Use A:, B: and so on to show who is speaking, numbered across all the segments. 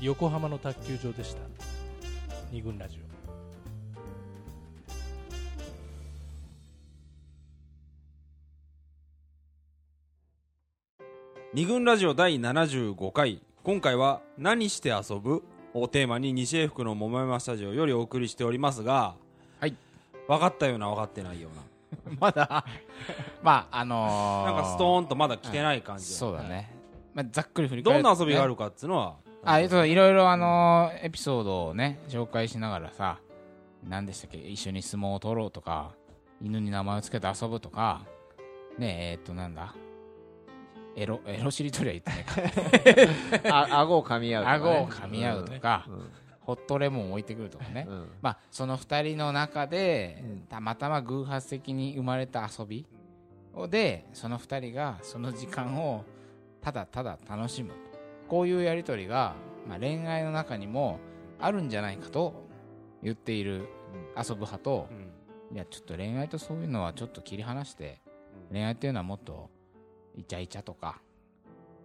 A: 横浜の卓球場でした二軍ラジオ
B: 二軍ラジオ第75回今回は「何して遊ぶ?」をテーマに西英福の桃山スタジオよりお送りしておりますが、
C: はい、
B: 分かったような分かってないような
C: まだまああのー、
B: なんかストーンとまだ来てない感じ、
C: そうだね、まあ、ざっくり振り返
B: ど
C: る
B: ん
C: と
B: な
C: ね
B: 遊びがあるかっつうのは
C: あえっといろいろあのーエピソードをね紹介しながらさ何でしたっけ一緒に相撲を取ろうとか犬に名前をつけて遊ぶとかねええっとなんだエロエロしりとりは言ってないか
D: あ顎を噛み合うとか、ね、
C: 顎を噛み合うとか、
D: うんうん
C: ホットレモンを置いてくるとかね、
D: うん
C: まあその2人の中で、
D: うん
C: たまたま偶発的に生まれた遊びでその2人がその時間をただただ楽しむこういうやり取りが、まあ、恋愛の中にもあるんじゃないかと言っている遊ぶ派と、
B: うん
C: いやちょっと恋愛とそういうのはちょっと切り離して恋愛っていうのはもっとイチャイチャとか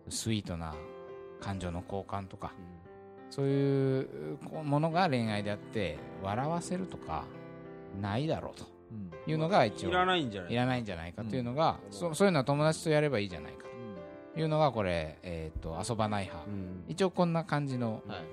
C: スイートな感情の交換とかそういうこうものが恋愛であって笑わせるとかないだろうと
D: うん
C: いうのが一応
B: いらないんじゃない
C: いらないんじゃないかというのが、そそういうのは友達とやればいいじゃないかというのがこれ、えー、と遊ばない派、
B: うん
C: 一応こんな感じの
D: はい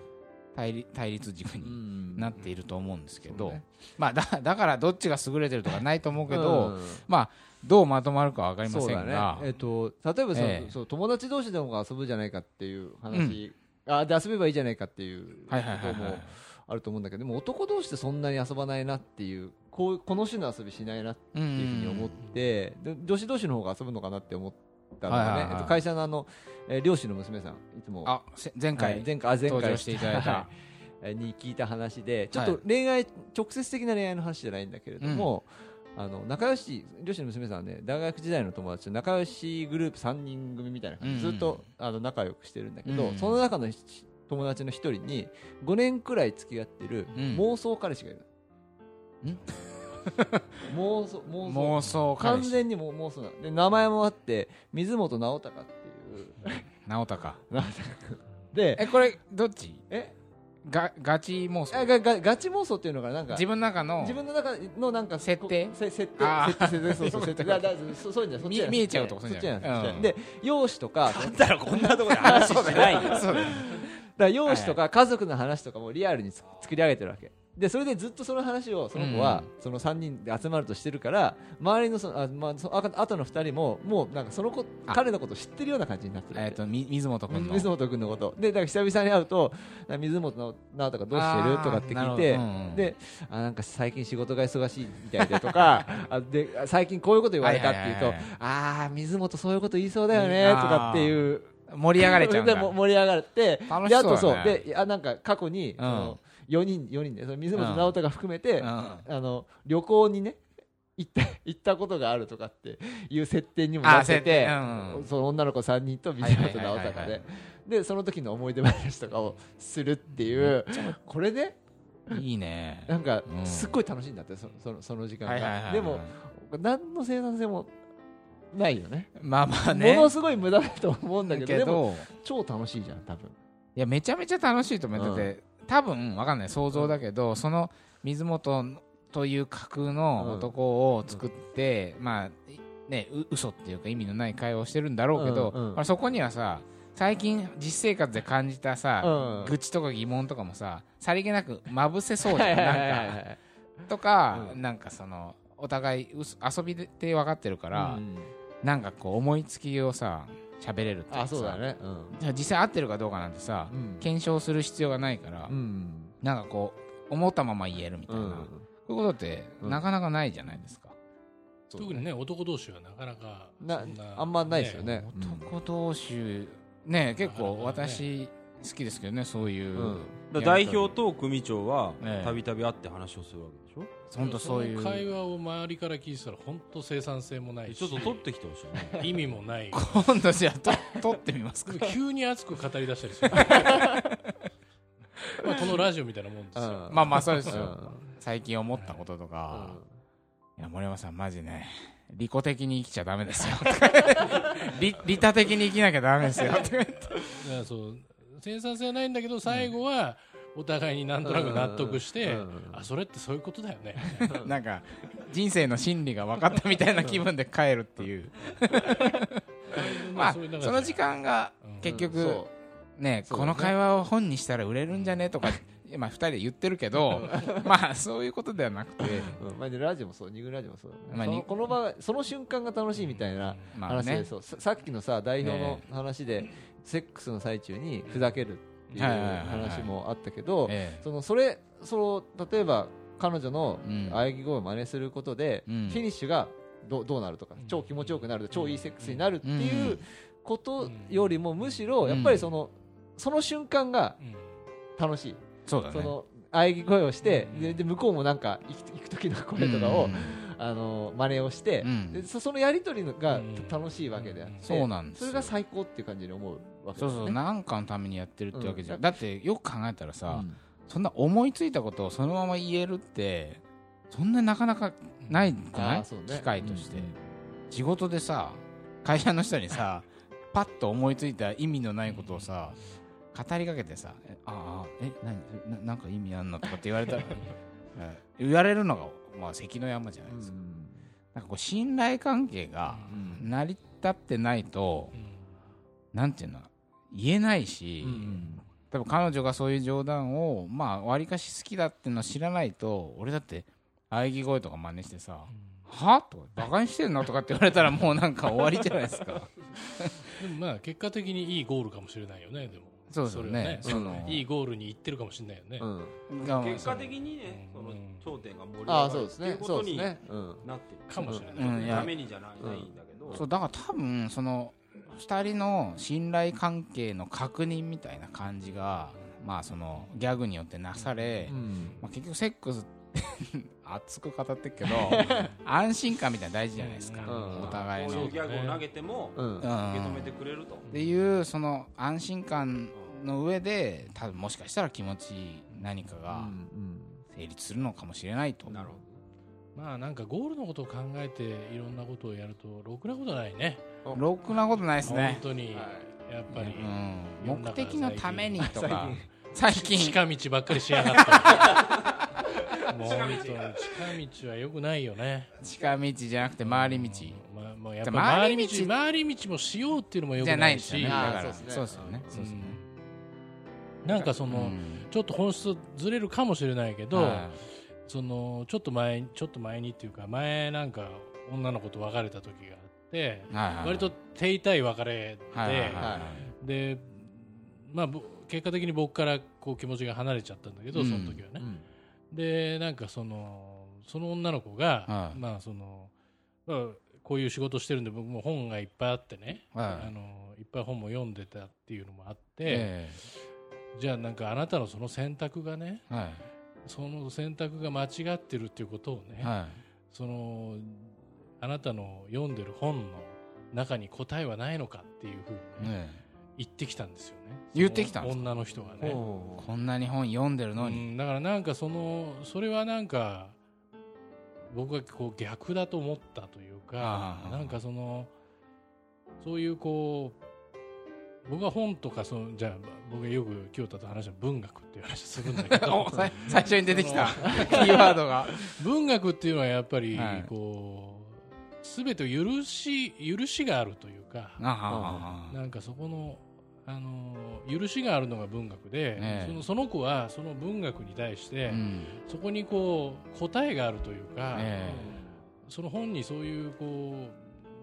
C: 対立対立軸
D: う
C: に
D: ん
C: なっていると思うんですけど、
D: そうね
C: まあ、だ だからどっちが優れてるとかないと思うけど、
D: うん
C: まあどうまとまるかは分かりま
D: そう
C: せ
D: だ
C: ん
D: ね
C: が、
D: えっと例えばその、
C: ええ
D: そう友達同士でも遊ぶじゃないかっていう話、あで遊べばいいじゃないかっていうこ
C: はいはいはい
D: と
C: はい
D: もあると思うんだけどでも男同士でそんなに遊ばないなっていうこうこの種の遊びしないなって
C: うん
D: いうふうに思って、で女子同士の方が遊ぶのかなって思ったの
C: はい
D: がね、
C: はいはい
D: えっと、会社のあの、えー、漁師の娘さんいつも
C: あせ前回、
D: はい前回あ前
C: 登
D: 回
C: 場していただいた
D: えーに聞いた話でちょっと恋愛、直接的な恋愛の話じゃないんだけれども、あの仲良し両親の娘さんはね大学時代の友達と仲良しグループ3人組みたいな感じで、
C: うん
D: ずっとあの仲良くしてるんだけど、
C: うん
D: その中のひ友達の一人に5年くらい付き合ってる
C: うん
D: 妄想彼氏がいる、
C: ん
D: 妄想妄想
C: 妄想
D: 完
C: 彼氏
D: 全にもう妄想なので名前もあって水本直隆っていう
C: 直隆
D: で
C: えこれどっち
D: え
C: がガチ妄想
D: あががガチ妄想っていうのがなんか
C: 自分の中の
D: 自分の中のなんか
C: 設定
D: こせ設定
C: あー
D: 設定設 定そうそう設定だだそうそういうんじゃないそっちじゃない
C: 見見えちゃうとこ
D: そ
C: そ
D: っ
C: ういうん
D: ち
C: じ
D: じ
C: ゃな
D: ゃ
C: い
D: ない、
C: うん
D: で容姿とか その
B: だ
D: だか
B: からこんなとこで話しないよ
C: そうだよ
D: ら容姿とか家族の話とかもリアルにつ作り上げてるわけでそれでずっとその話をその子は、その3人で集まるとしてるから周りのそのあ、まあ、そああとの2人ももうなんかその子
C: あ
D: 彼のこと知ってるような感じになってるわ
C: え
D: け
C: っとみ水本君の
D: 水本君のことでだから久々に会うと「水本のなとかどうして
C: あ
D: る?」
C: ー
D: とかって
C: なる
D: 聞
C: ほ
D: いて、
C: どうんうん
D: であなんか最近仕事が忙しいみたいで とかあで最近こういうこと言われたっていうと「
C: はいはいはい
D: ああ水本そういうこと言いそうだよね」
C: う
D: と
C: ん
D: かっていう
C: 盛り上がれちゃうん
D: で
C: だ
D: も盛り上がって
C: 楽し
D: で
C: そうだね
D: あとそうであなんか過去に、その4人4人でその水本直人が含めて、
C: うん
D: あの旅行にね行った 行ったことがあるとかっていう設定にも
C: あ
D: なって
C: 設定
D: て、
C: うんうん
D: その女の子3人と水本
C: はいはい
D: 直
C: はいは
D: 隆
C: い
D: ででその時の思い出話とかをするっていうこれね
C: いいね
D: なんか
C: うん
D: すっごい楽しいんだってそそのその時間
C: はいはいはいは
D: が
C: い
D: でも何の生産性もないよね
C: まあまあね
D: ものすごい無駄だと思うんだけどでも
C: ど
D: 超楽しいじゃん多分
C: いやめちゃめちゃ楽しいと思うだって多分わかんない想像だけどその水本という架空の男を作ってまあねう嘘っていうか意味のない会話をしてるんだろうけど
D: うんうん
C: まあそこにはさ最近実生活で感じたさ
D: うん
C: 愚痴とか疑問とかもささりげなくまぶせそうじ
D: は
C: ゃ
D: い
C: ん
D: はい
C: な
D: はいは
C: んか
D: い
C: とか、
D: う
C: なんかそのお互いうす遊びでって分かってるから、
D: うん
C: なんかこう思いつきをさ喋れるっていか
D: あ
C: さ
D: そうだねうん
C: じゃあ実際合ってるかどうかなんてさ、
D: うん
C: 検証する必要がないから、
D: うん
C: なんかこう思ったまま言えるみた
D: う
C: いな、
D: ん
C: こういうことって
D: うん
C: なかなかないじゃないですか、
D: そうだね
A: 特にね男同士はなかなか
D: な
A: そ
D: あんまないですよね
C: 男同士ね結
A: なかなか
C: 構
A: ね
C: 私好きですけどねそういう、
D: うん
B: だから代表と組長は
C: ええ
B: たびたび会って話をするわけでしょ
C: 本当そういう
A: その会話を周りから聞いてたら本当生産性もないし
B: ちょっと取ってきてほしいね
A: 意味もない
C: 今度じゃあと 撮ってみますか
A: 急に熱く語り出したりするまあこのラジオみたいなもんですよ、
D: うん
C: まあまあそうです
D: う
C: よ、
D: ん
C: 最近思ったこととか、いや森山さんマジね利己的に生きちゃダメ ですよ利利他的に生きなきゃダメですよ
A: だからそう
E: 生産性はないんだけど最後はお互いになんとなく納得して、
D: うんうんうん
E: あそれってそういうことだよね
C: なんか人生の真理が分かったみたいな気分で帰るっていうまあ
E: そういう中で
C: その時間が
E: うん
C: 結
D: うん
C: 局
D: そ
C: ね
D: そうだ
C: こ
D: ね
C: の会話を本にしたら売れるんじゃねと かまあ2人で言ってるけどまあそういうことではなくて
D: う、うんまあ、でラジオもそう二軍ラジオもそうだね、
C: まあ
D: そ
C: に
D: のこの場がその瞬間が楽しいみたいな
C: まあ
D: 話で、
C: ね
D: そうささっきのさ代表の
C: ね
D: 話で、セックスの最中にふざけるっていう
C: はいはいはいはい
D: 話もあったけど、
C: ええ
D: そのそれその例えば彼女の
C: うん
D: 喘ぎ声を真似することで、
C: うん
D: フィニッシュがどうどうなるとか、
E: うん
D: 超気持ちよくなる超いいセックスになるっていううんことよりもむしろやっぱりその、その瞬間が
E: うん
D: 楽しい、
C: そうだ
D: そ
C: ね
D: の喘ぎ声をして、
E: うん
D: でで向こうもなんか行く行く時の声とかを、
C: うん
D: あの真似をして、
C: うん
D: でそそのやり取りが
E: うん
D: た楽しいわけであって、
C: そうなんです
D: そ
C: よ
D: れが最高っていう感じに思うわけ
C: そ
D: で
C: う
D: すね
C: そう何かのためにやってるってわけじゃ
D: うん
C: んだってよく考えたらさ
D: うん
C: そんな思いついたことをそのまま言えるってそんななかなかないんじゃな
D: あー
C: い、
D: そうね
C: 機会として、
D: うん
C: 仕事でさ会社の人にさパッと思いついた意味のないことをさ語りかけてさ「えああえ何ななんか意味あんの?」とかって言われたら え言われるのが、まあ、関の山じゃないですか,、なんかこう信頼関係が
D: うん
C: 成り立ってないとなんていうの言えないし、
D: うん
C: 多分彼女がそういう冗談をまあわりかし好きだっての知らないと俺だって喘ぎ声とか真似してさ「は?」とか「バカにしてんの?」とかって言われたらもうなんか終わりじゃないですか
E: でもまあ結果的にいいゴールかもしれないよねでも
C: そうですよね
E: それは
C: その
E: いいゴールに行ってるかもしれないよね、
D: うん
C: が
B: 結果的にね、その
E: うん
B: 頂点が盛り上
D: あ
B: が
D: あ
B: る
D: そうで
B: っ
D: す
B: てい
D: ね
B: うこ
D: そ
B: と
D: うです
B: に
D: ね、うん
B: なってる
E: かもしれない、
C: うんいや
B: ためにじゃない,、ないんだけど、
C: そうだから多分その2人の信頼関係の確認みたいな感じがまあそのギャグによってなされ、まあ、結局セックス 熱く語ってるけど安心感みたいなの大事じゃないですか、
D: うん
C: お互い
B: こう
C: の
B: い。うギャグを投げても、
D: うんうん
C: うん
B: 受け止めてくれると、
C: っていうその安心感の上で多分もしかしたら気持ちいい何かが成立するのかもしれないと、
B: なるほど
E: まあなんかゴールのことを考えていろんなことをやるとろくなことないね
C: ロックなことないです
E: 本
C: ね、
E: 当に
B: は
E: やっぱり、
C: う
E: 世の
C: ん、目
E: 中
C: 的のためにとか最
E: 最近
C: 近
E: 近道ばっかりしやがった もう本当に近道はよくないよね
C: 近道じゃなくて回り道
E: うんまあ、もうやっぱ回り
C: じ
E: 道
C: ゃ
E: 回り道もしようっていうのもよ
C: じゃ
E: く
C: な
E: ないい
C: です
E: し
C: よねだ
D: あー
C: から
D: そうですね
C: そうですよねそうですよね
E: うんなんかその、
C: うん
E: ちょっと本質ずれるかもしれないけど、
C: は
E: そのちょっと前ちょっと前にっていうか前なんか女の子と別れた時があって
C: いはいはい
E: 割と手痛い別れで、
C: はいはいはい
D: は
E: でまあぼ結果的に僕からこう気持ちが離れちゃったんだけど、
C: うん
E: その時はね、でなんかそのその女の子が、
C: はい
E: まあそのまあこういう仕事してるんで僕も本がいっぱいあってね、
C: はい
E: あのいっぱい本も読んでたっていうのもあって、
C: え
E: じゃあなんかあなたのその選択がね
C: えは
E: その選択が間違ってるっていうことをね、
C: いは
E: そのあなたの読んでる本の中に答えはないのかっていうふう
C: い
E: にね、
C: ね
E: 言ってきたんですよね
C: 言ってきたんですか
E: 女の人がね、
D: ほ
C: こんなに本読んでるの
E: う
C: に
E: んだからなんかそのそれはなんか僕はこう逆だと思ったというか
C: あー
E: なんかそのそういうこう僕は本とかそのじゃあ僕がよく清田と話した文学っていう話をするんだけ ど
C: おさ最初に出てきたキーワードが
E: 文学っていうのはやっぱり
C: はい
E: こう、全てを許し許しがあるというか
C: あ
E: なんかそこのあの許しがあるのが文学で、
C: ねえ
E: そのその子はその文学に対して、
C: あうん
E: そこにこう答えがあるというか、
C: え
E: その本にそういうこ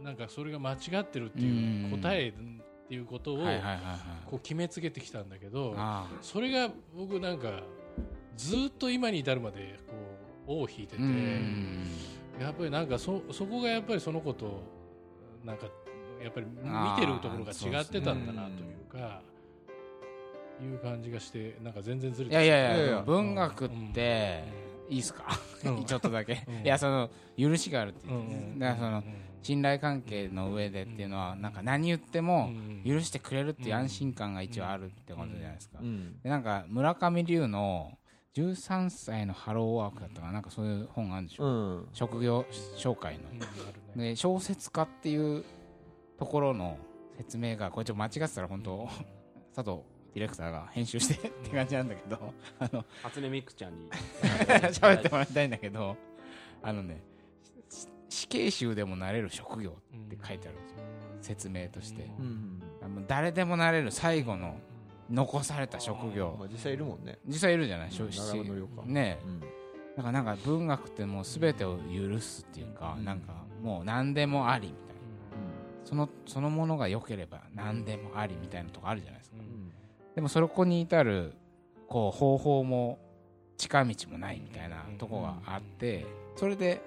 E: うなんかそれが間違ってるっていううん答えっていうことを
C: はいはいはいはい
E: こう決めつけてきたんだけど、
C: ああ
E: それが僕なんかずっと今に至るまでこう尾を引いてて、
C: うん
E: やっぱりなんかそそこがやっぱりその子となんかやっぱり見てるところが違ってたんだなというか。いう感じがして、なんか全然ずれ
C: い
E: て
C: やいやい
E: しまう
C: や
D: いやいや
C: 文学って、いいっすか、
E: うん
C: ちょっとだけ、
E: うん
C: いやその許しがあるって
E: う
C: 言って、
E: ん
C: だからその信頼関係の上でっていうのは、なんか何言っても許してくれるっていう安心感が一応あるってことじゃないですか、
D: うん
C: でなんか村上龍の13歳のハローワークだったかななんかそういう本があるんでしょ、
D: うん
C: 職業紹介の、
E: うんあるね
C: で小説家っていうところの説明がこれちょっと間違ってたら本当佐藤ディレクターが編集してって感じなんだけど、あの、
B: 初音ミクちゃんに
C: 喋ってもらいたいんだけど、あのね、し死刑囚でもなれる職業って書いてあるんですよ。説明として。
D: うん
C: あの誰でもなれる最後の残された職
D: ま
C: 業
D: あ、。実際いるもんね。
C: 実際いるじゃない、しょ
D: 長
C: し
D: 野の旅館
C: ね
D: うん
C: だからなんか文学ってもう全てを許すっていうか、
D: うん
C: なんかもう何でもありみたいなそのそのものが良ければ何でもありみたいなとこあるじゃないですか
D: うん
C: でもそこに至るこう方法も近道もないみたいなとこがあってそれで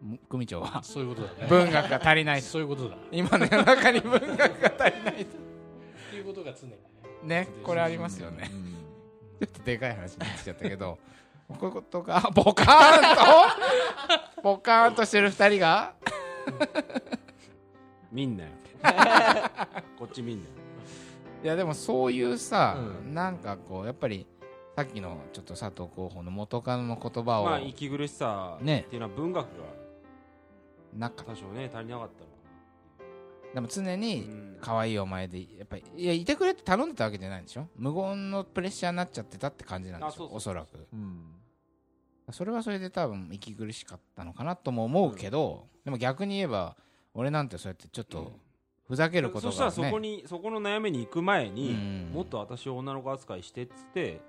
C: む組長は
E: そういうことだね。
C: 文学が足りないと
E: そういうことだ。っ
C: 今の世の中に文学が足りないと
E: ていうことが常にね。
C: ねこれありますよね
D: うん
C: ちょっとでかい話になっちゃったけど、こういうことが、ボカーンと、ボカーンとしてる二人が、
B: 見んな よこっち見んなよ
C: いやでもそういうさ、
D: うん
C: なんかこう、やっぱり、さっきのちょっと佐藤候補の元カノの言葉
B: ま
C: を
B: あ、息苦しさって
C: ね
B: いうのは文学が
C: なんか、
B: 多少ね足りなかったのか
C: でも常
B: な、
C: に、可愛いお前で、やっぱり、いや、いてくれって頼んでたわけじゃないんでしょ無言のプレッシャーになっちゃってたって感じなんで
B: あ
C: し
B: そう
C: ょ
B: そう
C: おそらく。
D: うん
C: それはそれで多分息苦しかったのかなとも思うけど、でも逆に言えば、俺なんてそうやってちょっと、ふざけることが、
B: そ
C: ね。
B: したらそこに、そこの悩みに行く前
C: う
B: に、
C: ん
B: もっと私を女の子扱いしてっつって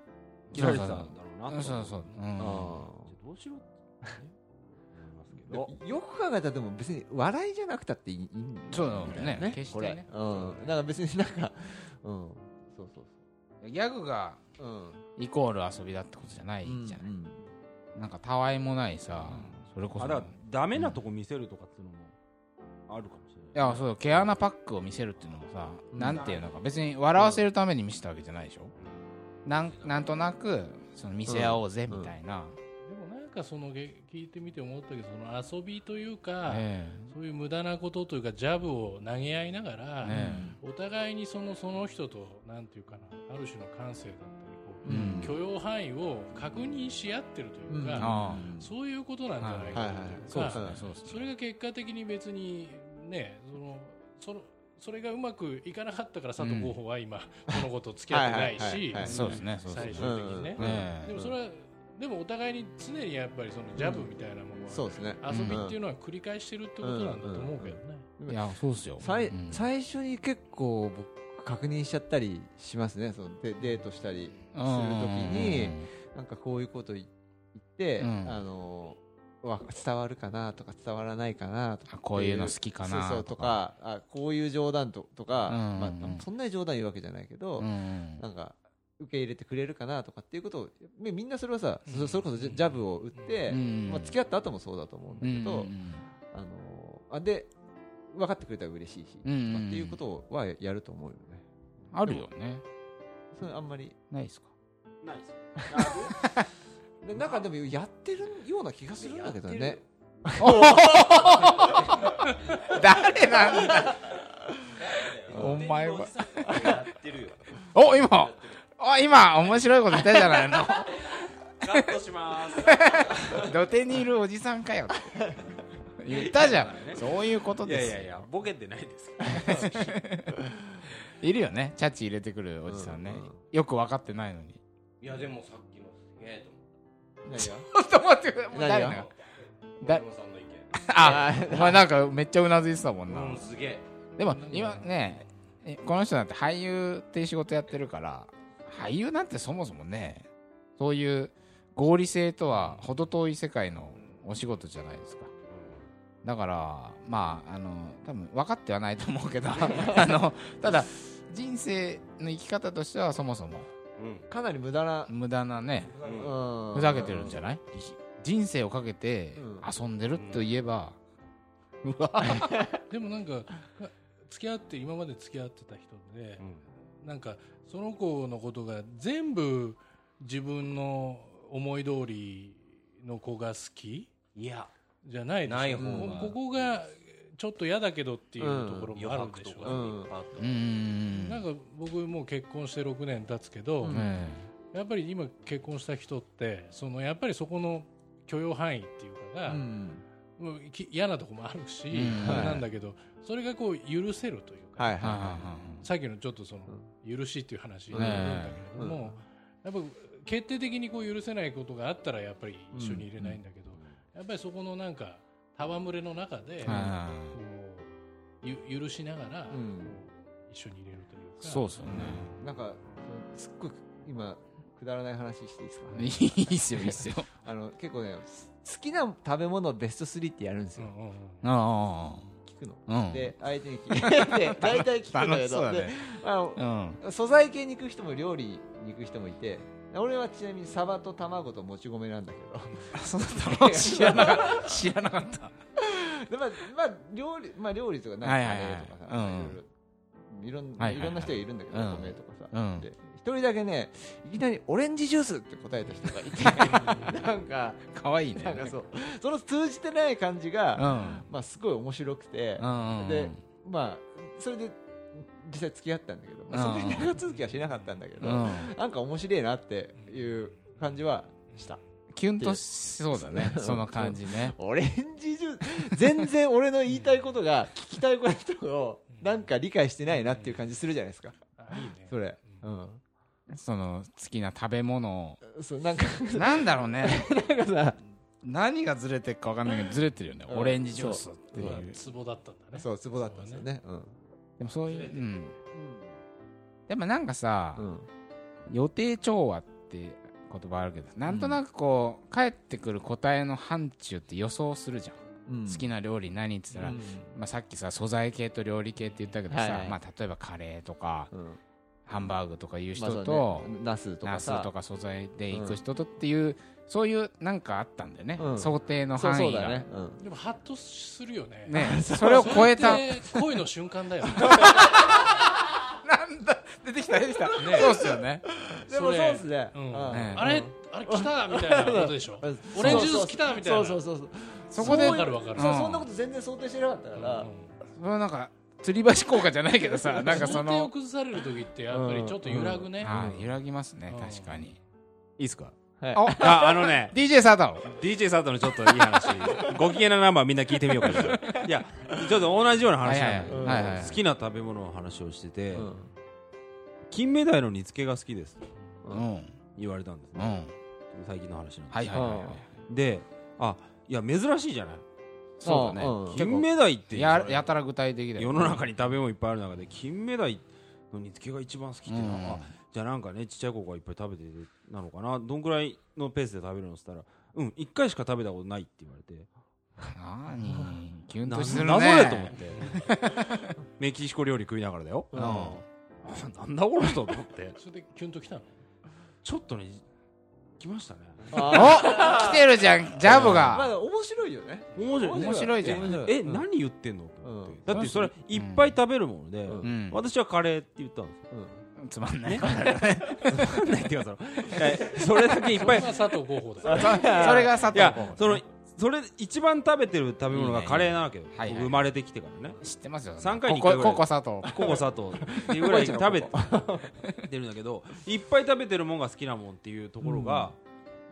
B: 切られてたんだろうなと
C: そうそう、うん
B: あーどうしようってね思いますけど
D: よく考えたらでも別に笑いじゃなくたっていいいいんだよ
C: そうだね
D: ね
C: 決して
D: これ
C: ね
D: うんだから別になんかうんそうそう
C: ギャグが
D: そううん
C: イコール遊びだってことじゃないじゃない、
D: うん
C: なんかたわいもないさ、それこそ
B: あ
C: い
B: だからダメなとこ見せるとかっていうのもあるかもしれない
C: やそうだ毛穴パックを見せるっていうのもさ、
D: うん
C: なんていうのか別に笑わせるために見せたわけじゃないでしょ、なんなんとなくその見せ合おうぜみたいな、
E: でもなんかそのげ聞いてみて思ったけど、その遊びというか、
C: え
E: そういう無駄なことというかジャブを投げ合いながら、
C: ええ
E: お互いにそのその人となんていうかなある種の感性だった
C: う
E: り
C: ん
E: こう、許容範囲を確認し合ってるという
D: うん
E: か、
C: ああ
E: そういうことなんじゃないか
D: はい
E: と
D: はい
E: いうか、
C: そうです
D: そ
C: ね
D: う
C: そうですね
E: それが結果的に別にねそのそのそれがうまくいかなかったから佐藤候補は今、この子と付き合ってない
D: はいはいはい
E: し
D: はい
C: そうですねそうで
E: 最
C: す
E: 終
C: ね
E: 的にね
D: う、ん
C: え
E: でもそれはでもお互いに常にやっぱりそのジャブみたいなものは、
D: そうですね
E: 遊びっていうのは繰り返してるってことなんだと思うけどね。
C: えいやそうですよ
D: 最
C: うん
D: 最初に結構僕確認しちゃったりしますねそのデデートしたり
C: うん
D: に
C: うん
D: なんかこういうこと言って
C: うん
D: あのわ伝わるかなとか伝わらないかなとか
C: あこういうの好きかな
D: そうそうとかあこういう冗談ととか、
C: うんうん
D: まあ、そんなに冗談言うわけじゃないけど、
C: うんうん
D: なんか受け入れてくれるかなとかっていうことをみみんなそれはさ、そそれこそジャジャブを打って、
C: うん
D: まあ、付き合った後もそうだと思うんだけど、
C: うんうん
D: あのーあで分かってくれたら嬉しいし、
C: うんうん
D: とかっていうことはややると思うよね
C: あるよね
D: それあんまり
C: ないですか
B: ないですよ
D: でなんかでもやってるような気がするんだけどね
C: 誰なんだお前はお今お今面白いこと言ったじゃないの
B: カットします
C: 土手にいるおじさんかよ言ったじゃんそういうこと
B: いや
C: で
B: い
C: すよ
B: やいやボケてないです
C: いるよねチャチ入れてくるおじさんね、
D: うんうん
C: よく分かってないのに
B: いやでもさっきのすげえ
D: 何 が
C: ちょっと待ってください
D: 何が
C: 誰なのだ
B: 山さんの意
C: あお前なんかめっちゃうなずいてたもんな、
B: うんすげえ
C: でも今ねえこの人なんて俳優っていう仕事やってるから俳優なんてそもそもねそういう合理性とは程遠い世界のお仕事じゃないですかだからまああの多分分かってはないと思うけどあのただ人生の生き方としてはそもそも
B: うん
D: かなり無駄な、
C: 無駄なね
B: うん
D: うん
C: ふざけてるんじゃない人生をかけて遊んでるといえば、うわ
E: でもなんかか付き合って今まで付き合ってた人で、なんかその子のことが全部自分の思い通りの子が好き
B: いや
E: じゃないでしょ
B: ない方
E: こ
B: が
E: ここがちょっと嫌だけどっていうところもあ
B: 余
E: るで
B: 白と
E: しょ
B: か
E: う、
D: うん
C: うーん
E: なんか僕もう結婚して6年経つけど、
D: うん
C: ね
E: やっぱり今結婚した人ってそのやっぱりそこの許容範囲っていうか
D: う
E: が、
D: ん
E: もうき嫌なとこもあるし、
C: うん
E: あれなんだけどそれがこう許せるというか、
D: はいはい
C: えはいはい
D: は
C: はい
E: さっきのちょっとその許しっていう話だったけれども、やっぱ決定的にこう許せないことがあったらやっぱり一緒に入れないんだけど、やっぱりそこのなんか戯れの中で、
C: は
E: こうゆ許しながら、
D: うん
E: こう一緒に入れるというか
C: そうですよね。
D: なんかそのすっごく今くだらない話していいですか
C: いいっすよ、いいっすよ。
D: あの結構ねす好きな食べ物ベスト3ってやるんです
E: うん
D: よ、
E: うんうん
C: あ
D: 聞くの
C: あ、うん。
D: で相手に聞いてで大体聞くんだ
C: 楽
D: け
C: しそう
D: ど
C: だ
D: で
C: ね。
D: あの
C: うん。
D: 素材系に行く人も料理に行く人もいて俺はちなみにサバと卵ともち米なんだけど
C: そうだったの知らなかった。知らなかった。
D: でまあ、まあ、料理、まあ、料理とか、なんか
C: はいはいはい
D: カレーとかさ、
C: う
D: なんんかいろいろいろん
C: はいはいはい
D: いろんな人がいるんだけど、
C: うん
D: 米とかさ。
C: うん
D: で一人だけね、いきなりオレンジジュースって答えた人が いて、なんか、
C: かわいいね。
D: なんかそう、その通じてない感じが、
C: ん。
D: まあ、すごい面白くて、
C: うん。
D: で、まあ、それで、実際付き合ったんだけど、まあ、そんなに長続きはしなかったんだけど、
C: うん。
D: なんか面白いなっていう感じはした。
C: キュンとしそうだね。その感じね。
D: オレンジジュース全然俺の言いたいことが聞きたいことをなんか理解してないなっていう感じするじゃないですか
E: あいいね
D: それ
E: う
D: うん
C: その好きな食べ物を。
D: そうなんか
C: なんだろうね。
D: なんかさ
C: 何がずれてるかわかんないけど、ずれてるよね。
D: うん
C: オレンジジュースってい
E: まあ
C: う。
E: ツボだったんだね
D: そうツボだったんですよねうん
C: でもそういう、うん。でもなんかさ、
D: うん
C: 予定調和って言葉あるけど、なんとなくこう、帰ってくる答えの範疇って予想するじゃん。
D: うん
C: 好きな料理何って言ったら、
E: うん
C: まあ、さっきさ素材系と料理系って言ったけどさ、
D: はいはい
C: まあ、例えばカレーとか
D: うん
C: ハンバーグとかいう
D: ま
C: 人
D: あそう
C: と、
D: ねナスとか
C: ナ
D: さ
C: スとか素材で行く人とっていう、そういうなんかあったんだよね、
D: うん
C: 想定の
D: そう
C: 範
D: そう
C: 囲が
D: だね
C: ね
D: うん
E: でもハッとするよね
C: それを超えた
E: それって恋の瞬間だよね
C: なんだ出てきた出てきた、
E: ね
C: そうっすよね
D: でもそう
E: れ
D: ですね
E: うん
D: うん
C: ね
E: あれあれ来たみたいなことでしょ
D: うん
E: オレンジジュース来たみたいな
D: そうそうそう
C: そこで
E: わかるわかる
D: そう
C: うん
D: そんなこと全然想定してなかったから
C: それはなんか吊り橋効果じゃないけどさなんかそ
E: 想定を
C: の、
E: 崩される時ってやっぱりちょっと揺らぐね、
C: はい揺らぎますね
E: うん
C: 確かにいいっすか
D: はい
C: お
B: あ、あのね、
C: DJ 佐藤
B: DJ 佐藤のちょっといい話。ご機嫌なナンバーみんな聞いてみようかな。いや、ちょっと同じような話なんだけど
D: うん
C: はいはいはい
B: 好きな食べ物の話をしてて、
D: うん
B: 金目鯛の煮付けが好きですと
C: うんうん
B: 言われたんです
C: は
B: ね。
C: い
B: 最近の話なんです。
C: はいはいはい
B: で、あ、いや、珍しいじゃない。
C: そうだね
D: うん
C: 結構
B: 金目鯛って
C: ややたら具体的だよ
B: 世の中に食べ物いっぱいある中で金目鯛の煮付けが一番好きっていうのは、
C: うん
B: あじゃあなんかねちっちゃい子がいっぱい食べてるなのかなどんくらいのペースで食べるのって言ったらうん1回しか食べたことないって言われて
C: なにキュン
B: な
C: とするね
B: なんだそれと思ってメキシコ料理食いながらだよ、
C: うん
B: あなんだこの人と思って
E: それでキュンときたの
B: ちょっとね来ましたね
C: お来てるじゃんジャブ
D: ま
C: が
D: あ面白いよね
B: 面白い
C: 面白いじゃん
D: 面白い
B: え、
D: うん
B: 何言ってんのと思って、
D: うん
B: だってそれいっぱい食べるもので、
D: うん
C: うん
B: 私はカレーって言ったんですよ
D: うん
C: つまんない
B: わかんないっていうかそのえそれだけいっぱ い
E: それが佐藤候補だよね
C: それが佐
B: い
C: 藤
B: や
C: 候
B: そ
C: 補
B: のそれ一番食べてる食べ物がカレーなわけよ
C: はいはい
B: 僕生まれてきてからね
C: 知ってますよ
B: 三回に一
C: こ
B: 回
C: こ
B: ぐら
C: こ
B: い
C: こ佐藤
B: ココ砂糖っていうぐらい食 べててるんだけどいっぱい食べてるもんが好きなもんっていうところが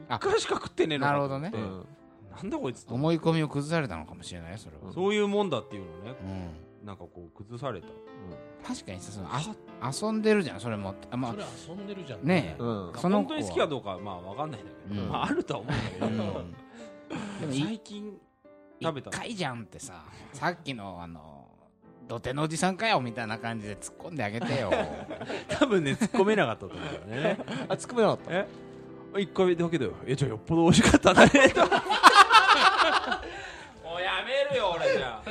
C: うん
B: 一回しか食ってねえのかと思って
C: なる
D: う
C: ほ
D: ん
B: なんだこいつと
C: 思い込みを崩されたのかもしれないよそれは
B: そういうもんだっていうのをね
C: うん
B: なんかこう崩された
C: 確かにさそのあ遊んでるじゃんそれもあま
E: そ
C: あ
E: れ遊んでるじゃん
C: ねえ
D: うん
C: そ
B: 本
C: の子
B: 当
C: は
B: に好きかどうかはまあわかんないんだけど
C: うん
B: まああるとは思うんだ
C: うん
B: けど
C: でもい
B: 最近食べた
C: 一回じゃんってささっきのあの土手のおじさんかよみたいな感じで突っ込んであげてよ
B: 多分ね突っ込めなかったと思うんだよね
D: あ突っ込めなかった
B: え一回だけだよえじゃあよっぽど美味しかったねともうやめるよ俺じゃ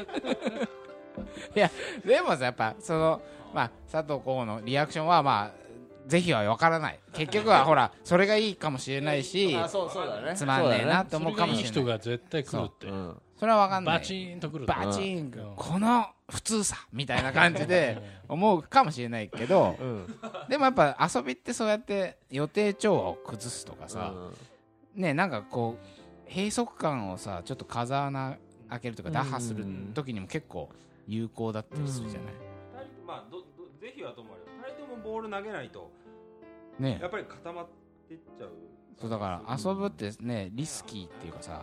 C: いやでもさやっぱそのまあ佐藤候補のリアクションはまあぜひは分からない結局はほらそれがいいかもしれないし
D: あそうそうだね
C: つまんねえなって
E: そ
C: 思
E: れ
C: うか
E: が
C: も
E: いい
C: しれ
E: 人
C: ない
E: が絶対来るって
D: うん
C: それは分かんない
E: バチーンと来るって
C: バチン
E: うん
C: この普通さみたいな感じで思うかもしれないけど
D: うん
C: でもやっぱ遊びってそうやって予定調和を崩すとかさ、ねなんかこう閉塞感をさちょっと風穴開けるとか打破する時にも結構有効だったりするじゃない、
B: まあどどぜひはともあれ2人ともボール投げないと
C: ね
B: やっぱり固まってっちゃう
C: そうだから遊ぶってねリスキーっていうかさ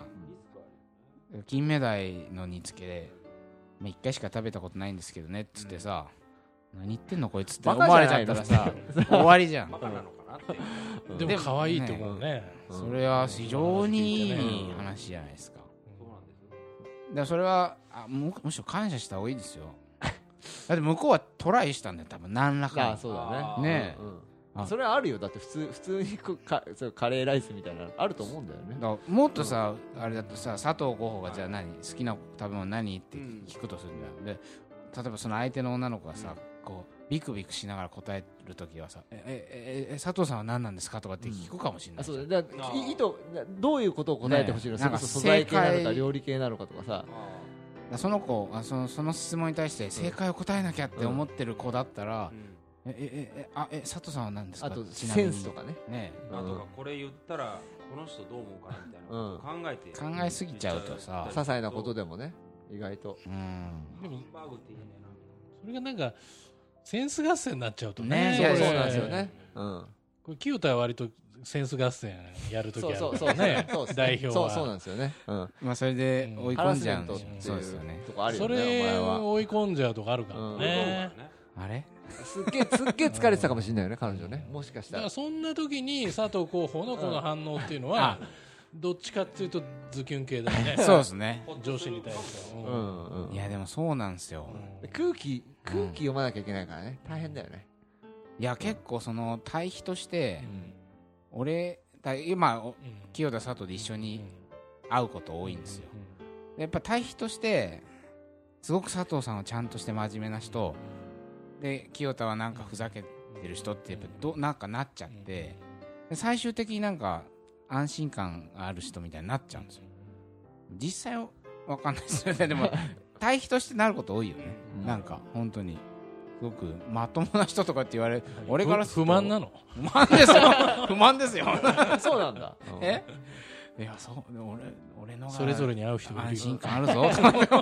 C: 金目鯛の煮付けでまあ一回しか食べたことないんですけどねっつってさ、何言ってんのこいつって
D: バ
C: 思
D: カじゃ
C: わ
D: な
C: れ
D: い
C: ち
D: の
C: ゃったらさ終わり じゃん
B: バカなのかなって
E: で
C: で
E: も
C: も
E: 可愛いってことね。
C: それは非常にい
E: うん
C: い話じゃないですか
B: そうなんですよ
C: だからそれはあむむしろ感謝した方がいいですよだって向こうはトライしたんだよ多分何ら
D: あ
C: か
D: あそうだ
B: あー
D: ね
C: ねえ
D: うん
C: あ
D: それはあるよだって普通普通にこかそうカレーライスみたいなのあると思うんだよね
C: だからもっとさ、あれだとさ佐藤候補がじゃあ何、好きな食べ物何って
B: うん
C: 聞くとするんだよ、で例えばその相手の女の子がさ、こうビクビクしながら答える時はさ「ええええ佐藤さんは何なんですか?」とかって聞くかもしれな
D: あ
C: いじ
D: そ
C: ゃん、
D: うだだから
B: あ
D: い
B: ー
D: 意図などういうことを答えてほしいの、
C: ねえ
D: そ
C: な
D: れこそ
C: んか
D: 素材系なの
C: 正
D: か
C: 解
D: 料理系なのかとかさ
B: あ
C: だからその子あそのその質問に対して正解を答えなきゃって思ってる子だった
B: ー
C: ら
B: う、ん
C: ええええあえ佐藤さんは何ですか
D: あと
C: ちなみ
D: セ
C: に
D: ンスとかね
C: ね
B: あとかこれ言ったらこの人どう思うかなみたいなことを考えて
C: 考えすぎちゃうとさ
B: うん
D: 些細なことでもね意外と
C: うん
E: でも
B: バーグっていいねんな
E: それがなんかセンス合戦になっちゃうと
C: ね
E: ね。
C: いや
D: そう
C: いや
D: そう
C: いや
D: なんですよね、うん、
E: これ清田は割とセンス合戦やるとき
D: そ
E: あ
D: う
E: る
D: そうそ
E: か
D: う
E: らね
D: そうそう
E: 代表
D: そうそうなん
E: は。
D: ですよね、うん、
C: まあそれで追い
D: ハ
C: 込
D: ラ
C: ん
D: ス
C: じ
D: メ
C: ゃう
D: ン
C: ん
D: トっ
C: で
D: て
C: す
D: い
C: よ
D: う
C: そうですよね
D: とこある
E: そ
D: よねお
E: れ
D: 前は
E: を追い込んじゃうとこあるからね。
C: あれ
D: すっげえすっげえ疲れてたかもしれないよね彼女ねもしかした
E: だかららそんな時に佐藤候補のこの反応っていうのは、どっちかっていうとズキュン系だよ ね。
C: そうですね
E: 上司に対しては。
D: う
E: うん
D: んうん
C: いやでもそうなんですよ、
D: 空気空気読まなきゃいけないからね大変だよね
C: いや結構その対比として
E: う、ん
C: 俺だ今お
E: うん
C: 清田佐藤で一緒に会うこと多いんですよ、でやっぱ対比としてすごく佐藤さんはちゃんとして真面目な人で清田はなんかふざけてる人ってやっぱどなんかなっちゃってで最終的になんか安心感ある人みたいになっちゃうんですよ実際は分かんないですよねでも対比としてなること多いよね、
D: うん
C: なんか本当にすごくまともな人とかって言われる
E: うん
C: 俺から
E: ふ
C: すると
E: 不満なの
C: 不満ですよ不満ですよ
D: そうなんだ
C: えいやそうでも俺俺のが
E: それぞれに会う人がい
C: 安
E: るよ
C: 心感あるぞとかって
D: いやなか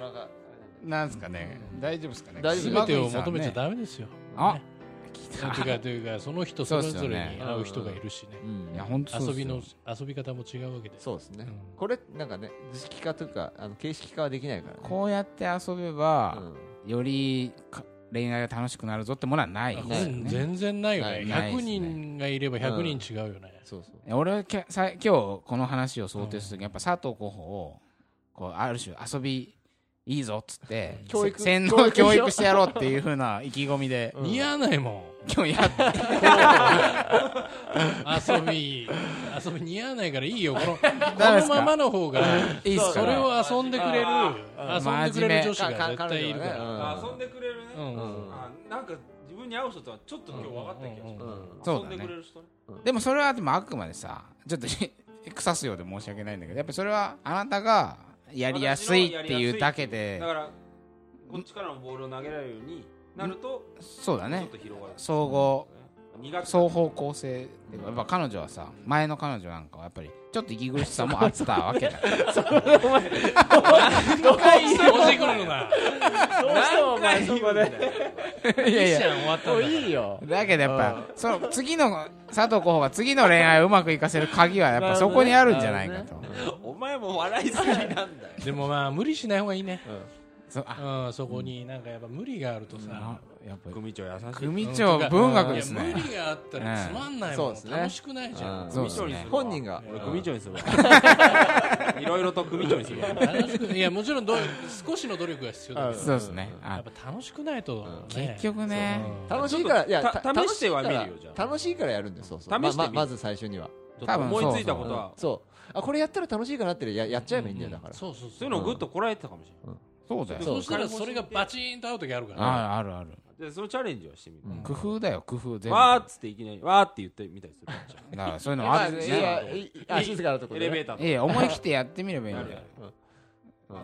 D: なか
C: なんですかね大丈夫ですかね
D: 大丈夫
E: 全てを求めちゃ
C: メ
E: ダメですよ、
C: あ
E: ね
C: 聞
E: なん
C: い
E: ていう
C: た
E: かというかその人そ
C: そう
E: れ
C: っす
E: ぞ
C: よね
E: れに会う人がいるしね
D: うん
C: いや本当
E: 遊びの遊び方も違うわけです
D: そうですね
E: うん
D: これなんかね図式化というかあの形式化はできないからね
C: こうやって遊べば
D: うん
C: よりか恋愛が楽しくなるぞってものはない
E: あ
C: です
E: こ
C: よ
E: れ
C: ね
E: 全然ないよ
D: な
E: ね
D: い
C: ない
E: 100
C: ですね
E: 人がいれば100人違うよね、
D: そうそう
C: 俺はきゃさ今日この話を想定するときやっぱ佐藤候補をこうある種遊びいいぞっつって
D: 教育
C: せ洗
D: 教
C: 脳
D: 育でしょ
C: 教育してやろうっていうふうな意気込みで
E: 似合わないもん
C: 今日やっ
E: 遊び遊び似合わないからいいよこのこ
C: ダメです
E: の
C: か
E: ままの方が
C: いいっす
E: そ
C: か
E: れ
C: ら
E: を遊んでくれる遊んでくれる女子が絶対いるか
D: か
E: ら
B: あ
D: か
B: 遊んでくれるね
E: うん
D: うん
B: あなんか自分に合う人とはちょっと今日分かった気がし
E: うん
D: う
B: ま
D: ん
B: す
C: そう
B: 遊
C: だ
B: ん
C: ね
B: でくれる人ね
C: でもそれはでもあくまでさちょっと 腐すようで申し訳ないんだけどやっぱそれはあなたがやりやすいっていうだけで
B: だからこっちからもボールを投げられるようになると
C: そうだ
B: ちょっ
C: ね
B: と広がる
C: 総合
B: 苦手
C: 双方向性っていうかやっぱ彼女はさ前の彼女なんかはやっぱりちょっと息苦しさもあったわけ だから
E: 押してくるのな
D: どうしてもお前そこで
C: いやいや
E: 終わったんだから
D: いいよ
C: だけどやっぱその次の佐藤候補が次の恋愛をうまくいかせる鍵はやっぱそこにあるんじゃないかと
B: お前も笑い好きなんだよ
E: でもまあ無理しない方がいいね
C: そうあ
E: うん、そこになんかやっぱ無理があるとさ
C: な、やっぱり
B: 組長優しい
C: 組長文学です
E: いや無
C: ね
E: 理があったらつまんないも、
D: うんんそうですね
E: 楽しくないじゃん。
D: うん
C: そう
B: 組
C: で
B: 長にす
C: すね
B: るわ
D: 本人が
B: 俺組長にするわいろいろと組長にするわ
E: 楽しくいやもちろんどう少しの努力が必要だけど、
C: そうですね
E: や
C: あ
E: っぱ楽しくないと、ね
C: 結局ね
D: 楽しいからいや
B: た試
D: た
B: しては見るよ
D: 楽し
B: じ
D: いから
B: ゃあ
D: 楽しいからやるんですそうそう
B: 試してみる
D: まままず最初には
B: ちょっと思いついたこ
C: 本
B: とは
D: そうあこれやったら楽しいかなってややっちゃえばいいんだよだから
E: そうそう
B: そ
E: そう
B: いううのをぐっとこらえてたかもしれ
C: そうだよ
E: そうしたらそれがバチーンと合う時あるから、
C: あるあるある
B: ないでそのチャレンジをしてみる
C: 工夫だよ工夫全部
B: わーっつっていきなりわーって言ってみたりするかもしれない
C: だからそういうの
D: ま
C: あ
D: あ
C: る
D: い
C: ね
D: やいいあ静かなとこ
B: エ
D: ろ
B: レ
D: で
B: ベ
D: ね
B: ーターと
C: ええ思い切ってやってみればいいんだ
B: や
C: よ
B: る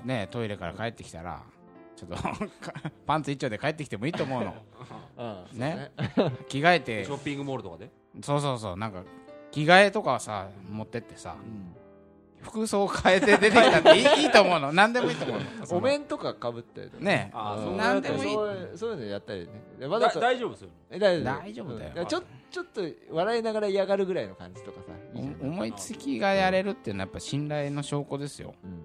C: ねトイレから帰ってきたらちょっと パンツ一丁で帰ってきてもいいと思うの
D: うんそう
C: ね着替え
B: か
C: て
B: ショッピングモールとかで
C: そうそうそうなんか着替えとかはさ持ってってさ
D: うん
C: 服装変えて出てきたっていい いいと思うの何でもいいと思うのそ
D: お
C: の
D: 面とかかぶって
C: ね
B: あー
D: うん
B: そんな
C: 何
B: や
C: で
B: つ
C: もいい
D: そういうそういうのやったりねでわざ
B: だ
D: と
B: 大丈夫ですよ
D: え大
C: 大丈夫だよ
D: うんちょちょっと笑いながら嫌がるぐらいの感じとかさいいじゃん
C: お思いつきがやれるっていうのはやっぱ信頼の証拠ですよ
D: うん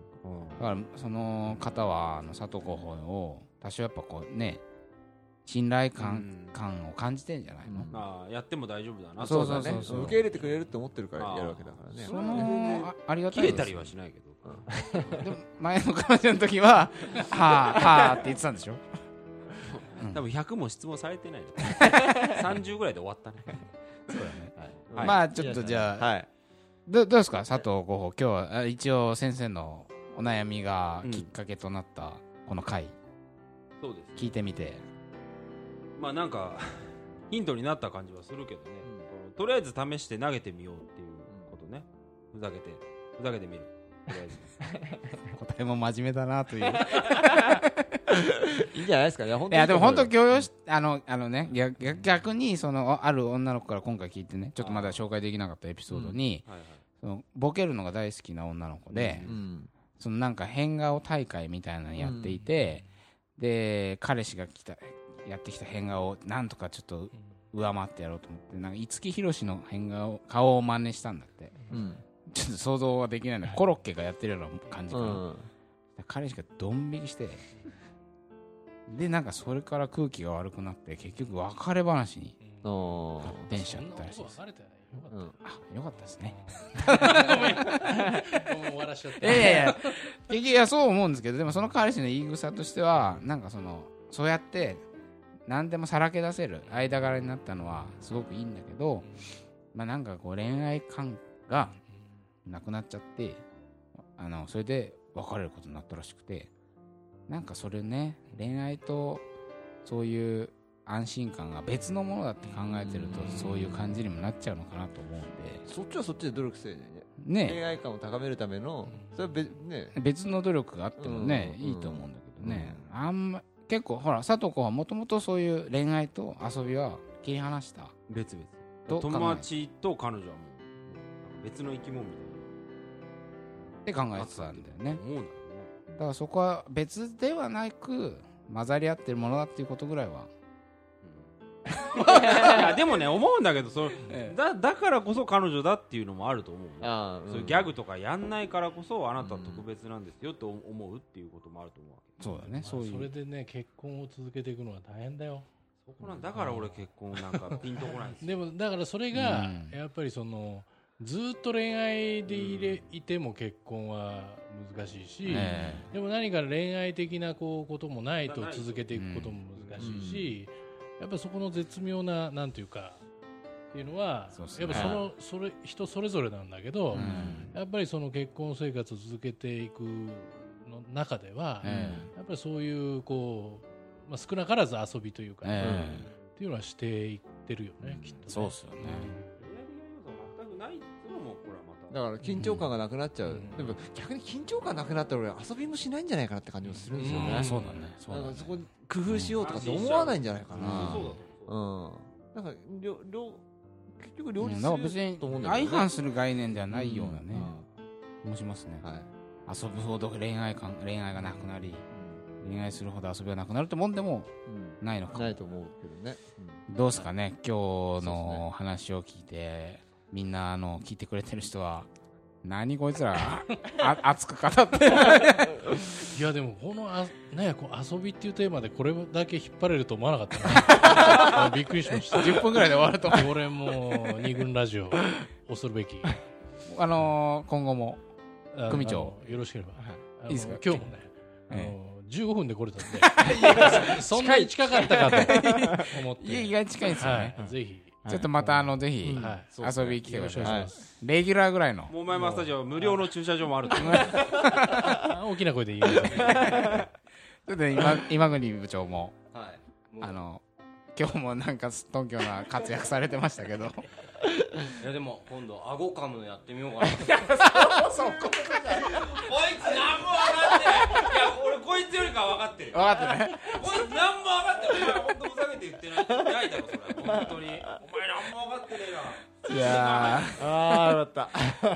C: だからその方はあの佐藤候補を多少やっぱこうね信頼感,、
B: うん
C: 感を感じてんじゃないの、
D: うん
B: ああやっても大丈夫だな
C: そう
B: と
C: そうそうそう
D: 受け入れてくれるって思ってるからやるわけだからね
C: そのあありが
B: 切
C: たいで
B: れ
C: す
B: たりはしないけど
C: でも前の彼女の時 は「はあはあ」って言ってたんでしょ
B: 多分100も質問されてない30ぐらいで終わったね
C: そうだね、
B: はい
C: まあちょっとじゃあ、
D: はい
C: どどうですか佐藤候補今日はあ一応先生のお悩みがきっかけとなったこの回、
B: そうですね
C: 聞いてみて
B: まあなんかヒントになった感じはするけどね、このとりあえず試して投げてみようっていうことねふざけてふざけてみるとりあえず
C: 答えも真面目だなという
D: いいんじゃないですかね 本
C: い
D: 当に
C: やでも本当強要しあのあのね逆逆逆にそのある女の子から今回聞いてねちょっとまだ紹介できなかったエピソードに、
B: はいはい
C: そのボケるのが大好きな女の子で、
D: うん
C: そのなんか変顔大会みたいなのやっていて、で彼氏が来たやってきた変顔をなんとかちょっと上回ってやろうと思ってなんか五木ひろしの変顔顔を真似したんだって
D: うん
C: ちょっと想像はできないのコロッケがやってるような感じ
D: う
C: かな、
D: ん
C: 彼氏がドン引きしてでなんかそれから空気が悪くなって結局別れ話に
E: うん
D: お
C: 発展しち
E: そ
C: ゃっ
E: んな
C: たらしい
E: こ
C: で
E: と
C: す
E: はれてないよか
D: ーうん
C: あよかったですね
E: った。もう終わらしちゃった。
C: いやいやいや結局いやそう思うんですけどでもその彼氏の言い草としてはなんかそのそうやって何でもさらけ出せる間柄になったのはすごくいいんだけど、まあ、なんかこう恋愛感がなくなっちゃってあのそれで別れることになったらしくてなんかそれね恋愛とそういう安心感が別のものだって考えてるとそういう感じにもなっちゃうのかなと思うんで
D: そっちはそっちで努力せえね
C: ね
D: 恋愛感を高めるためのそれは別ね
C: 別の努力があってもね、
D: うん
C: いいと思うんだけどね、あんま結構ほら佐藤君はもともとそういう恋愛と遊びは切り離した
B: 別々
C: どう考え
B: 友達と彼女はもう別の生き物み
C: って考えてたんだよ
B: たい
C: ね
B: な思う
C: だからそこは別ではなく混ざり合ってるものだっていうことぐらいは
B: ん だろうねいやでもね思うんだけどそれだだからこそ彼女だっていうのもあると思うよ
D: あ
B: そういうギャグとかやんないからこそあなたは特別なんですよって思思うっていうこともあると思うわけ
C: そうだね、
E: まあ
C: そうい
E: それ
C: う
E: でね、結婚を続けていくのは大変だよ。
B: そこなんだから俺結婚なんかピンとこないんですよ
E: でも、だからそれが
C: うん、
E: やっぱりその、ずーっと恋愛でいれ、いても結婚は難しいし、
C: え
E: でも何か恋愛的なこうこともないと続けていくことも難しいし、やっぱそこの絶妙ななんていうかっていうのは
C: そうっす
E: や
C: ね
E: っぱそのそれ人それぞれなんだけど、
C: えうん
E: やっぱりその結婚生活を続けていくの中では、
C: え
E: やっぱりそういうこう、まあ、少なからず遊びというか、
C: え
E: うんっていうのはしていってるよね、きっとね。
C: そうっすよね
B: 恋愛的な要素全くないっつうのもこれはまた
D: だから緊張感がなくなっちゃう、
E: うん
D: でも逆に緊張感なくなったら俺遊びもしないんじゃないかなって感じもするんですよね、
C: うんそうだねそうだ
D: なん
C: ね
D: かそこに工夫しようとかって思わないんじゃないかな、
B: そうだと
D: う
B: 思うん
D: なんか両両結局両
C: う
D: 立
C: ん
D: す
C: だか
D: る
C: ら別に
D: と思うんだけ
C: 相
D: ど、ね
C: 反する概念ではないようなね、気もしますね、
D: うんはい
C: 遊ぶほど恋愛感恋愛がなくなり恋愛するほど遊びがなくなるってもんでも
D: うん
C: ないのか
D: ないと思うけどね、
C: どうですかね今
D: う
C: 日
D: ですね
C: の話を聞いて、みんなあの聞いてくれてる人は何こいつらあ 熱く語って
E: いやでもこのあ、ね、こう遊びっていうテーマでこれだけ引っ張れると思わなかったな あびっくりしました。
C: 10分ぐらいで終わると思
E: 俺もう二軍ラジオ恐るべき
C: うあのー今後も、
E: あの
C: 組長
E: あのよろしければあの
C: いいですか
E: 今日もねあ
C: え
E: の15分で来れ たんでそんなに近かったかと思っ
C: えい
E: て
C: や意外に近いんですよね、
E: はいぜひ
C: ちょっとまたあのぜひ、
E: うんはい
D: そうですね
C: 遊びに来て
E: よろ
C: くだ
E: しくお
C: さい
E: 願いします
C: レギュラーぐらいの
B: モーマイマスタジオは無料の駐車場もあると思う
E: あ大きな声で言います
C: ちょっと今今国部長も
B: はいもう
C: あの今日もなんかすっとんきょうな活躍されてましたけど
F: いやでも今度アゴカムやってみ ようかなこい
C: そこ
F: つ何も分かってないいや俺こいつよりかは分かってる
C: 分
F: よ
C: かったね
F: こいつ何も分かってないお前本当ふざけて言ってないってないだろそれ本当にお前何も分かってねえない
C: や
D: ああ よかった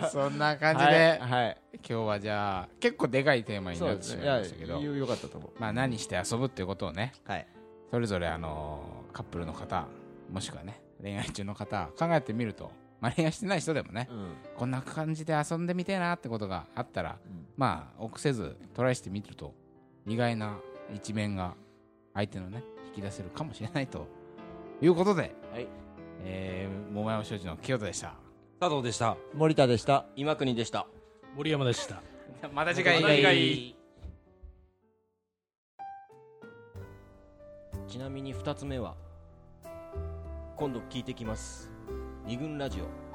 C: ーそんな感じで、
D: はい、はい、
C: 今日はじゃあ結構でかいテーマに
D: そ
C: な
D: う
C: っ
D: で
C: て
D: す
C: しま
D: ね
C: いましたけど、
D: いやよかったと思う
C: まあ、何して遊ぶっていうことをね
D: はい
C: それぞれあのカップルの方もしくはね恋愛中の方考えてみると、まあ、恋愛してない人でもね
D: うん
C: こんな感じで遊んでみてえなってことがあったらまあ臆せずトライしてみると意外な一面が相手のね引き出せるかもしれないということで、
G: はい
C: えー桃山商事の清田でした
B: 佐藤でした
D: 森田でした
G: 今国でした
E: 森山でした
C: また次
G: また次回ちなみに2つ目は今度聞いてきます二軍ラジオ